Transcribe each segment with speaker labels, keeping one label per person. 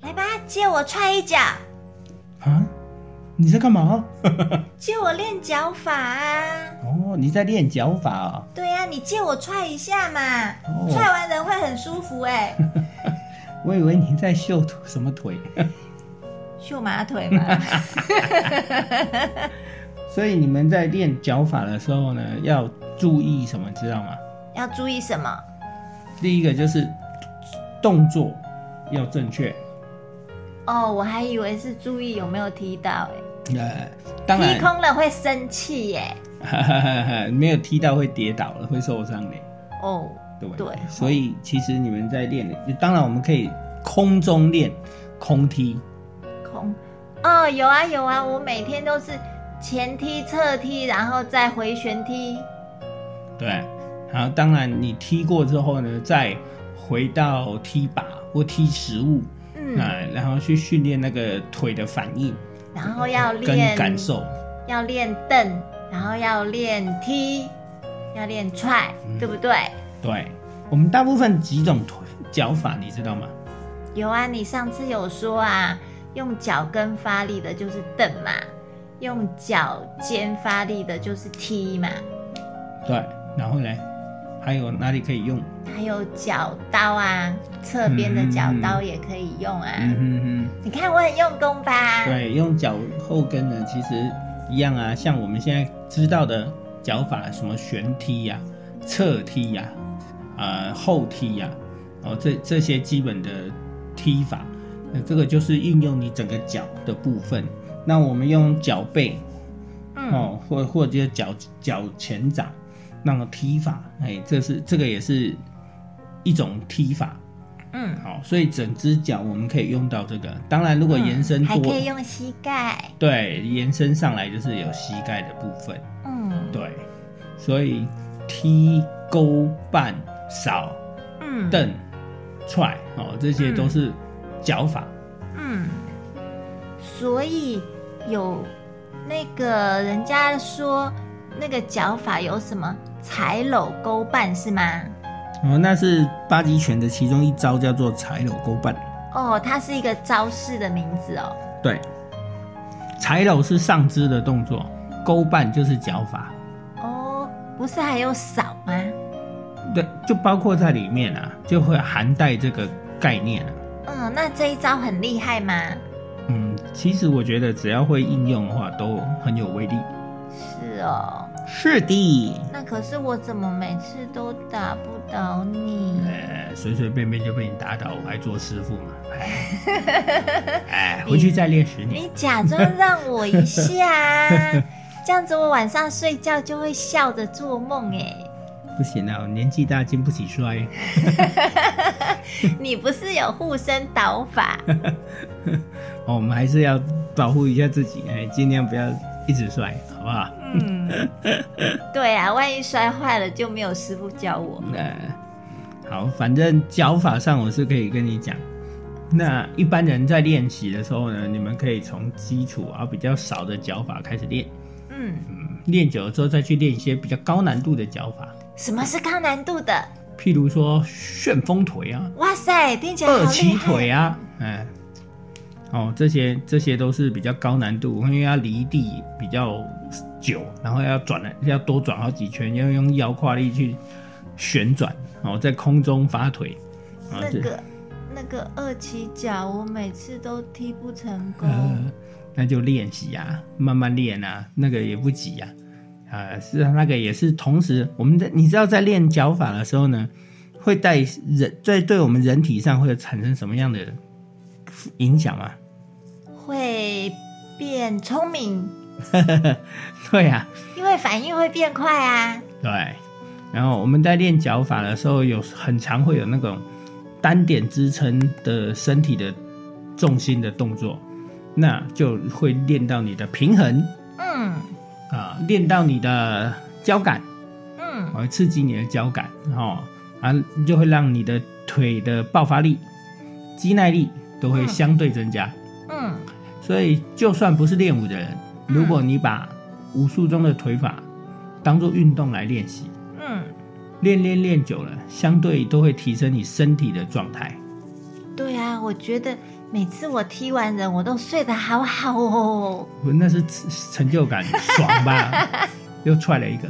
Speaker 1: 来吧，借我踹一脚，
Speaker 2: 啊，你在干嘛？
Speaker 1: 借我练脚法啊！
Speaker 2: 哦，你在练脚法啊？
Speaker 1: 对呀、你借我踹一下嘛，
Speaker 2: 哦
Speaker 1: 踹完人会很舒服哎、
Speaker 2: 我以为你在秀腿什么腿，
Speaker 1: 秀马腿嘛。
Speaker 2: 所以你们在练脚法的时候呢，要注意什么，知道吗？
Speaker 1: 要注意什么？
Speaker 2: 第一个就是动作要正确，
Speaker 1: 哦，我还以为是注意有没有踢到哎、
Speaker 2: 呃，当
Speaker 1: 踢
Speaker 2: 然
Speaker 1: 空了会生气耶、
Speaker 2: 没有踢到会跌倒了，会受伤的，
Speaker 1: 哦，
Speaker 2: 对不
Speaker 1: 对
Speaker 2: 所以其实你们在练的，当然我们可以空中练空踢，
Speaker 1: 空。哦，有啊有啊，我每天都是前踢、侧踢，然后再回旋踢。
Speaker 2: 对，然后当然你踢过之后呢，再回到踢靶或踢食物
Speaker 1: 嗯，
Speaker 2: 啊、然后去训练那个腿的反应
Speaker 1: 然后要
Speaker 2: 跟
Speaker 1: 练
Speaker 2: 感受。
Speaker 1: 要练蹬，然后要练踢，要练踹，
Speaker 2: 嗯
Speaker 1: 对不对？
Speaker 2: 对，我们大部分几种腿脚法，你知道吗？
Speaker 1: 有啊，你上次有说啊，用脚跟发力的就是蹬嘛，用脚尖发力的就是踢嘛，
Speaker 2: 对，然后呢，还有哪里可以用？
Speaker 1: 还有脚刀啊，侧边的脚刀也可以用啊。
Speaker 2: 嗯哼
Speaker 1: 你看我很用功吧
Speaker 2: 哼，？对，用脚后跟呢，其实一样啊，像我们现在知道的脚法，什么旋踢呀、侧踢呀、呃后踢呀、哦这这些基本的踢法，那这个就是运用你整个脚的部分。那我们用脚背
Speaker 1: 嗯，
Speaker 2: 哦，或或者脚脚前掌那个踢法，哎，这是这个也是一种踢法。
Speaker 1: 嗯，
Speaker 2: 好，所以整只脚我们可以用到这个。当然，如果延伸
Speaker 1: 嗯还
Speaker 2: 多，
Speaker 1: 可以用膝盖，
Speaker 2: 对，延伸上来就是有膝盖的部分。
Speaker 1: 嗯
Speaker 2: 对，所以踢、勾、绊、扫、
Speaker 1: 嗯，
Speaker 2: 蹬、踹，哦，这些都是脚法。
Speaker 1: 嗯，所以有那个人家说那个脚法有什么踩搂勾绊是吗？
Speaker 2: 哦，那是八极拳的其中一招，叫做踩搂勾绊。
Speaker 1: 哦，它是一个招式的名字哦。
Speaker 2: 对，踩搂是上肢的动作，勾绊就是脚法。
Speaker 1: 哦，不是还有扫吗？
Speaker 2: 对，就包括在里面啊，就会涵盖这个概念啊。
Speaker 1: 嗯，那这一招很厉害吗？
Speaker 2: 嗯，其实我觉得只要会应用的话，都很有威力。
Speaker 1: 是哦，
Speaker 2: 是的，
Speaker 1: 那可是我怎么每次都打不倒你？
Speaker 2: 呃，随随便便就被你打倒，我还做师傅嘛？哎，哎回去再练十年。
Speaker 1: 你假装让我一下啊， 这样子我晚上睡觉就会笑着做梦哎。
Speaker 2: 不行啊，我年纪大经不起摔。
Speaker 1: 你不是有护身导法？
Speaker 2: 哦，我们还是要保护一下自己，哎，尽量不要一直摔，好不好？
Speaker 1: 嗯， 对啊，万一摔坏了就没有师傅教我。
Speaker 2: 那好，反正脚法上我是可以跟你讲。那一般人在练习的时候呢，你们可以从基础啊比较少的脚法开始练，
Speaker 1: 嗯，
Speaker 2: 嗯，练久了之后再去练一些比较高难度的脚法，
Speaker 1: 什么是高难度的？
Speaker 2: 譬如说旋风腿啊、
Speaker 1: 哇塞，听起来好
Speaker 2: 二
Speaker 1: 厉害！
Speaker 2: 旗腿啊，嗯，哦，这些这些都是比较高难度，因为要离地比较久，然后要转来要多转好几圈，要用腰胯力去旋转，哦，在空中发腿，啊、
Speaker 1: 那
Speaker 2: 这
Speaker 1: 个那个二起脚，我每次都踢
Speaker 2: 呃
Speaker 1: 不成功。
Speaker 2: 呃，那就练习啊，慢慢练啊，那个也不急啊，啊，是啊那个也是同时，我们在你知道在练脚法的时候呢，会带人在对我们人体上会有产生什么样的影响吗？
Speaker 1: 会变聪明，
Speaker 2: 对啊呀、
Speaker 1: 因为反应会变快啊。
Speaker 2: 对。然后我们在练脚法的时候，有很常会有那种单点支撑的身体的重心的动作，那就会练到你的平衡
Speaker 1: 嗯
Speaker 2: 啊、练到你的交感，哦
Speaker 1: 嗯
Speaker 2: 会刺激你的交感，哦，啊，就会让你的腿的爆发力、肌耐力都会相对增加。
Speaker 1: 嗯
Speaker 2: 所以，就算不是练武的人，
Speaker 1: 嗯
Speaker 2: 如果你把武术中的腿法当做运动来练习，
Speaker 1: 嗯，
Speaker 2: 练练练久了，相对都会提升你身体的状态。
Speaker 1: 对啊，我觉得每次我踢完人，我都睡得好好哦。
Speaker 2: 那是成就感，爽吧？又踹了一个，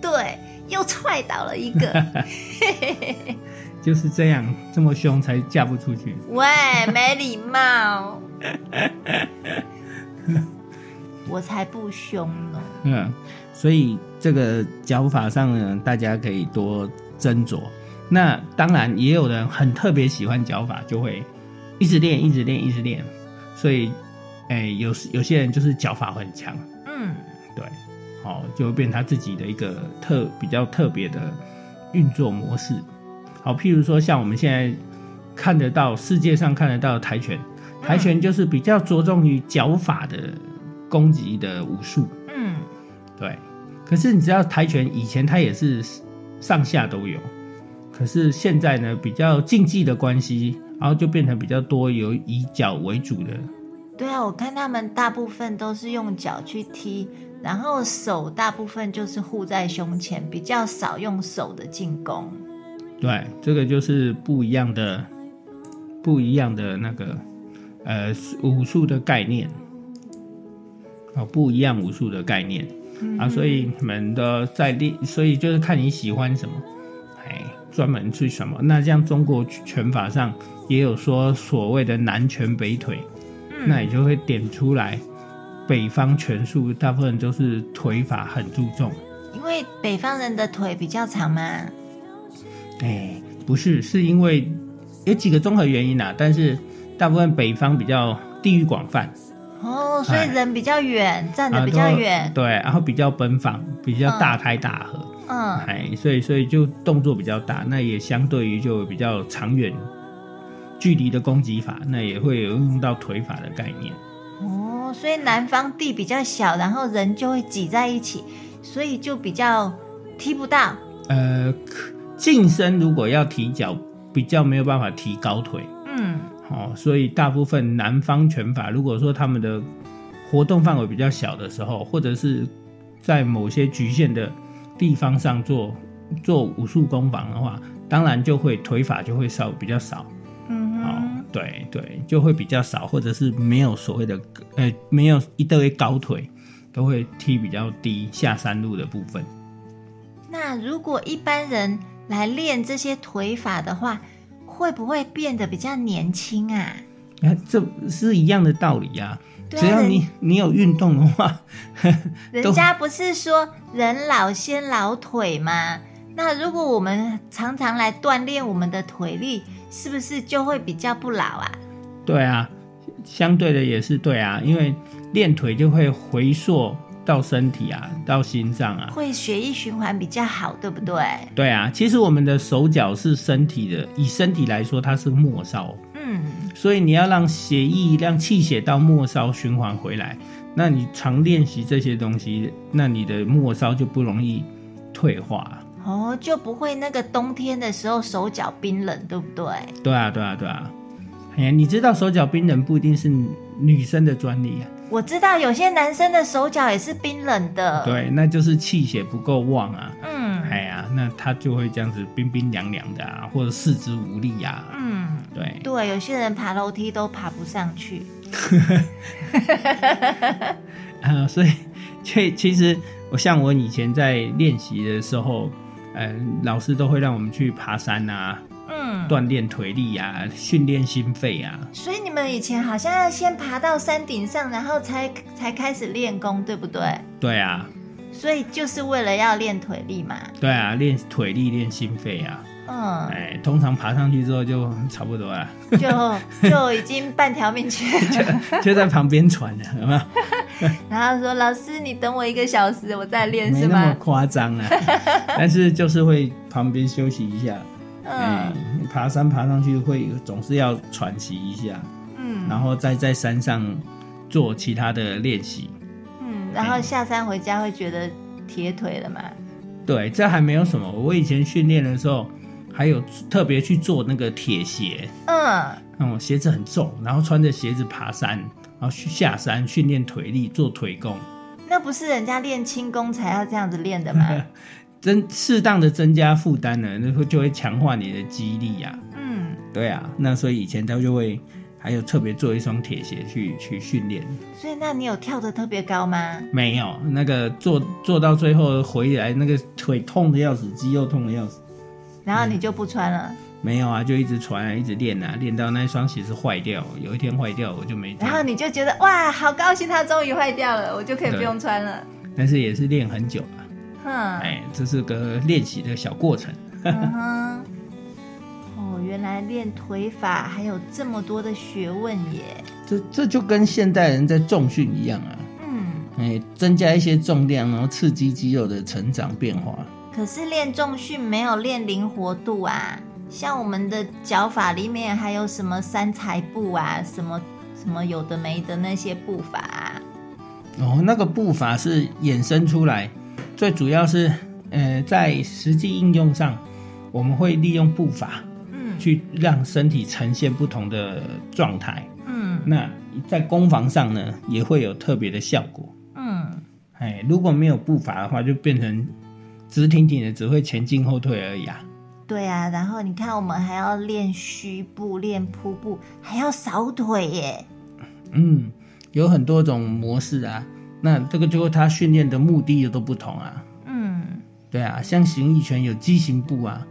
Speaker 1: 对，又踹倒了一 个。
Speaker 2: 就是这样，这么凶才嫁不出去。
Speaker 1: 喂，没礼 貌。我才不凶呢。
Speaker 2: 嗯，所以这个脚法上呢，大家可以多斟酌。那当然，也有人很特别喜欢脚法，就会一直练，一直练，一直练。所以，哎、有时有些人就是脚法很强，
Speaker 1: 嗯
Speaker 2: 对，哦，就会变他自己的一个特比较特别的运作模式。好，譬如说像我们现在看得到世界上看得到的跆拳，跆拳就是比较着重于脚法的攻击的武术。
Speaker 1: 嗯
Speaker 2: 对，可是你知道跆拳以前它也是上下都有，可是现在呢比较竞技的关系，然后就变成比较多有以脚为主的。
Speaker 1: 对啊，我看他们大部分都是用脚去踢，然后手大部分就是护在胸前，比较少用手的进攻。
Speaker 2: 对，这个就是不一样的，不一样的那个呃武术的概念。哦，不一样武术的概念、啊，所以你们的在练，所以就是看你喜欢什么，哎，专门去什么。那像中国拳法上也有说所谓的南拳北腿，那你就会点出来，北方拳术大部分都是腿法很注重，
Speaker 1: 因为北方人的腿比较长嘛。
Speaker 2: 哎，不是，是因为有几个综合原因啦、但是大部分北方比较地域广泛，
Speaker 1: 哦，所以
Speaker 2: 哎
Speaker 1: 人比较远，站
Speaker 2: 啊
Speaker 1: 得比较远。
Speaker 2: 对，然后比较奔放，比较大开大合，
Speaker 1: 嗯
Speaker 2: 哎、所以所以就动作比较大，那也相对于就比较长远距离的攻击法，那也会有用到腿法的概念。
Speaker 1: 哦，所以南方地比较小，然后人就会挤在一起，所以就比较踢不到。
Speaker 2: 呃，可近身如果要提脚，比较没有办法提高腿，
Speaker 1: 嗯
Speaker 2: 哦，所以大部分南方拳法，如果说他们的活动范围比较小的时候，或者是在某些局限的地方上做做武术攻防的话，当然就会腿法就会少比较少
Speaker 1: 嗯
Speaker 2: 哦，
Speaker 1: 哼，
Speaker 2: 对对，就会比较少，或者是没有所谓的呃没有一对高腿，都会踢比较低下三路的部分。
Speaker 1: 那如果一般人来练这些腿法的话，会不会变得比较年轻啊？
Speaker 2: 你看，这是一样的道理呀、
Speaker 1: 对啊
Speaker 2: 只要
Speaker 1: 人
Speaker 2: 你你有运动的话，都
Speaker 1: 人家不是说人老先老腿吗？那如果我们常常来锻炼我们的腿力，是不是就会比较不老啊？
Speaker 2: 对啊，相对的也是对啊，因为练腿就会回溯到身体啊，到心脏啊。
Speaker 1: 会血液循环比较好，对不对？
Speaker 2: 对啊，其实我们的手脚是身体的，以身体来说，它是末梢，
Speaker 1: 嗯
Speaker 2: 所以你要让血液、让气血到末梢循环回来。那你常练习这些东西，那你的末梢就不容易退化。
Speaker 1: 哦，就不会那个冬天的时候手脚冰冷，对不对？
Speaker 2: 对啊，对啊，对啊。哎呀，你知道手脚冰冷不一定是女生的专利啊，
Speaker 1: 我知道有些男生的手脚也是冰冷的。，
Speaker 2: 对，那就是气血不够旺啊。
Speaker 1: 嗯
Speaker 2: 哎呀，那他就会这样子冰冰凉凉的啊，或者四肢无力呀、啊。
Speaker 1: 嗯，
Speaker 2: 对，
Speaker 1: 对，有些人爬楼梯都爬不上去。
Speaker 2: 呃，所以其其实我像我以前在练习的时候，呃，老师都会让我们去爬山啊，
Speaker 1: 嗯，
Speaker 2: 锻炼腿力啊，训练心肺啊。
Speaker 1: 所以你们以前好像要先爬到山顶上，然后才才开始练功，对不对？
Speaker 2: 对啊，
Speaker 1: 所以就是为了要练腿力嘛。
Speaker 2: 对啊，练腿力，练心肺啊。
Speaker 1: 嗯，
Speaker 2: 哎，通常爬上去之后就差不多了，
Speaker 1: 就就已经半条命去了。
Speaker 2: 就 在旁边喘了，有没有？
Speaker 1: 然后说老师，你等我一个小时，我再练
Speaker 2: 没
Speaker 1: 是
Speaker 2: 那么
Speaker 1: 吗？
Speaker 2: 夸张啊， 但是就是会旁边休息一下。哎
Speaker 1: 嗯，
Speaker 2: 爬山爬上去会总是要喘息一下，
Speaker 1: 嗯
Speaker 2: 然后再在山上做其他的练习。
Speaker 1: 嗯，然后下山回家会觉得铁腿了嘛？
Speaker 2: 对，这还没有什么。我以前训练的时候，还有特别去做那个铁鞋，
Speaker 1: 嗯
Speaker 2: 嗯，鞋子很重，然后穿着鞋子爬山，然后去下山训练腿力，做腿功，
Speaker 1: 那不是人家练轻功才要这样子练的吗？
Speaker 2: 增适当的增加负担呢，那会就会强化你的肌力呀、
Speaker 1: 嗯，
Speaker 2: 对啊，那所以以前他就会还有特别做一双铁鞋去去训练。
Speaker 1: 所以那你有跳得特别高吗？
Speaker 2: 没有，那个做做到最后回来，那个腿痛的要死，肌肉痛的要死。
Speaker 1: 然后你就不穿了，
Speaker 2: 没有啊，就一直传啊，一直练啊，练到那双鞋子坏掉，有一天坏掉我就没
Speaker 1: 然后
Speaker 2: 穿。
Speaker 1: 你就觉得哇，好高兴，它终于坏掉了，我就可以不用穿了。
Speaker 2: 但是也是练很久啊，
Speaker 1: 哼，
Speaker 2: 哎，这是个练习的小过程。
Speaker 1: 嗯哼，哦，原来练腿法还有这么多的学问耶。
Speaker 2: 这这就跟现代人在重训一样啊，
Speaker 1: 嗯，
Speaker 2: 哎，增加一些重量，然后刺激肌肉的成长变化。
Speaker 1: 可是练重训没有练灵活度啊，像我们的脚法里面还有什么三才步啊，什么什么有的没的那些步伐、啊。
Speaker 2: 哦，那个步伐是衍生出来，最主要是，呃，在实际应用上，我们会利用步伐
Speaker 1: 嗯
Speaker 2: 去让身体呈现不同的状态。
Speaker 1: 嗯
Speaker 2: 那在攻防上呢，也会有特别的效果。
Speaker 1: 嗯
Speaker 2: 哎，如果没有步伐的话，就变成直挺挺的，只会前进后退而已啊。
Speaker 1: 对啊，然后你看我们还要练虚步、练扑步，还要扫腿耶。
Speaker 2: 嗯，有很多种模式啊。那这个就是他训练的目的都不同啊。
Speaker 1: 嗯，
Speaker 2: 对啊，像形意拳有畸形步啊，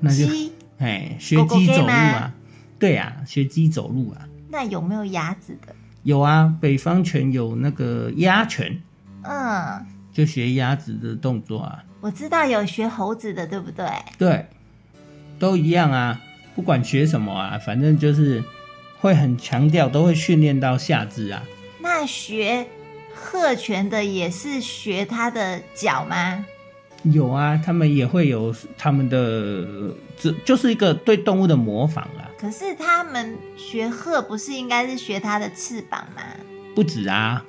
Speaker 2: 那就
Speaker 1: 鸡，
Speaker 2: 哎学鸡走
Speaker 1: 狗狗
Speaker 2: 路
Speaker 1: 跟
Speaker 2: 啊
Speaker 1: 吗，
Speaker 2: 对啊，学鸡走路啊。
Speaker 1: 那有没有牙子的？
Speaker 2: 有啊，北方拳有那个鸭拳，
Speaker 1: 嗯，
Speaker 2: 就学鸭子的动作啊。
Speaker 1: 我知道有学猴子的，对不对？
Speaker 2: 对，都一样啊，不管学什么啊，反正就是会很强调，都会训练到下肢啊。
Speaker 1: 那学鹤拳的也是学他的脚吗？
Speaker 2: 有啊，他们也会有他们的，这就是一个对动物的模仿啊，
Speaker 1: 可是他们学鹤不是应该是学它的翅膀吗？
Speaker 2: 不止啊，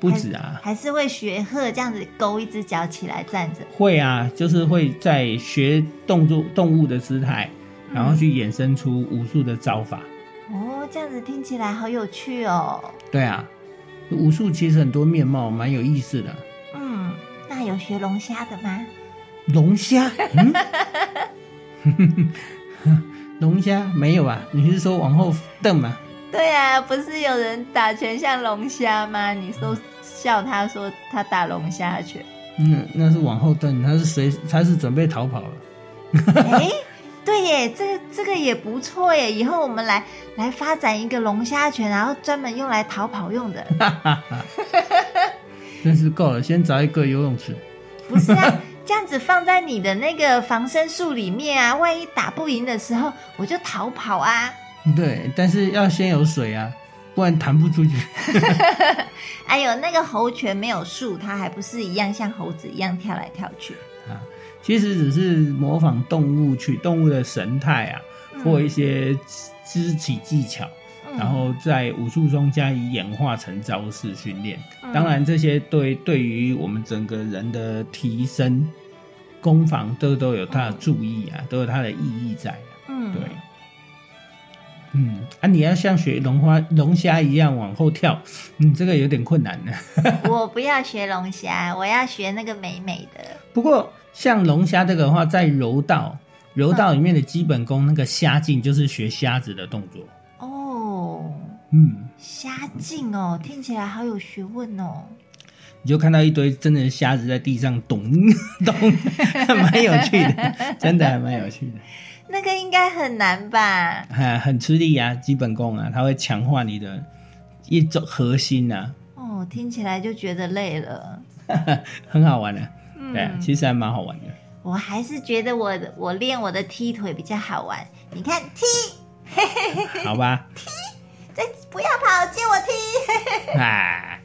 Speaker 2: 不止啊，
Speaker 1: 还是会学鹤这样子勾一只脚起来站着？
Speaker 2: 会啊，就是会在学动作动物的姿态，然后去衍生出武术的招法。
Speaker 1: 哦，这样子听起来好有趣哦。
Speaker 2: 对啊，武术其实很多面貌，蛮有意思的。
Speaker 1: 嗯，那有学龙虾的吗？
Speaker 2: 龙 虾？嗯， 龙虾没有啊？你是说往后蹬吗？
Speaker 1: 对啊，不是有人打拳像龙虾吗？你说笑他说他打龙虾拳，
Speaker 2: 嗯，那是往后蹬，他是随他是准备逃跑了。
Speaker 1: 哎，对耶，这个这个也不错耶。以后我们来来发展一个龙虾拳，然后专门用来逃跑用的。
Speaker 2: 真是够了，先找一个游泳池。
Speaker 1: 不是啊，这样子放在你的那个防身术里面啊， 万一打不赢的时候，我就逃跑啊！
Speaker 2: 对，但是要先有水啊，不然弹不出去。
Speaker 1: 哎呦，那个猴拳没有术，它还不是一样像猴子一样跳来跳去？
Speaker 2: 啊其实只是模仿动物去动物的神态啊，或一些肢体技巧，
Speaker 1: 嗯
Speaker 2: 然后在武术中加以演化成招式训练。
Speaker 1: 嗯
Speaker 2: 当然，这些对对于我们整个人的提升、攻防，都都有它的注意啊，都有它的意义在、啊。
Speaker 1: 嗯
Speaker 2: 对，嗯，啊，你要像学龙花、龙虾一样往后跳，你、这个有点困难呢、
Speaker 1: 我不要学龙虾，我要学那个美美的。
Speaker 2: 不过，像龙虾这个的话，在柔道，柔道里面的基本功，那个虾劲就是学虾子的动作。
Speaker 1: 哦，
Speaker 2: 嗯，
Speaker 1: 虾镜哦，听起来好有学问哦。
Speaker 2: 你就看到一堆真的虾子在地上咚 咚，蛮有趣的，真的还蛮有趣的。
Speaker 1: 那个应该很难吧？
Speaker 2: 很很吃力啊，基本功啊，它会强化你的一种核心啊。
Speaker 1: 哦，听起来就觉得累了。
Speaker 2: 很好玩的、对啊、
Speaker 1: 嗯，
Speaker 2: 其实还蛮好玩的。
Speaker 1: 我还是觉得我我练我的踢腿比较好玩。你看踢，
Speaker 2: 好吧，
Speaker 1: 再不要跑，借我踢，
Speaker 2: 哎，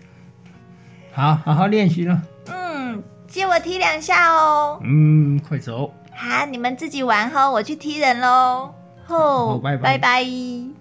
Speaker 2: 好，好好练习了。
Speaker 1: 嗯，借我踢两下哦。
Speaker 2: 嗯，快走。
Speaker 1: 好，你们自己玩吼，我去踢人喽。吼，
Speaker 2: 好拜拜
Speaker 1: 拜拜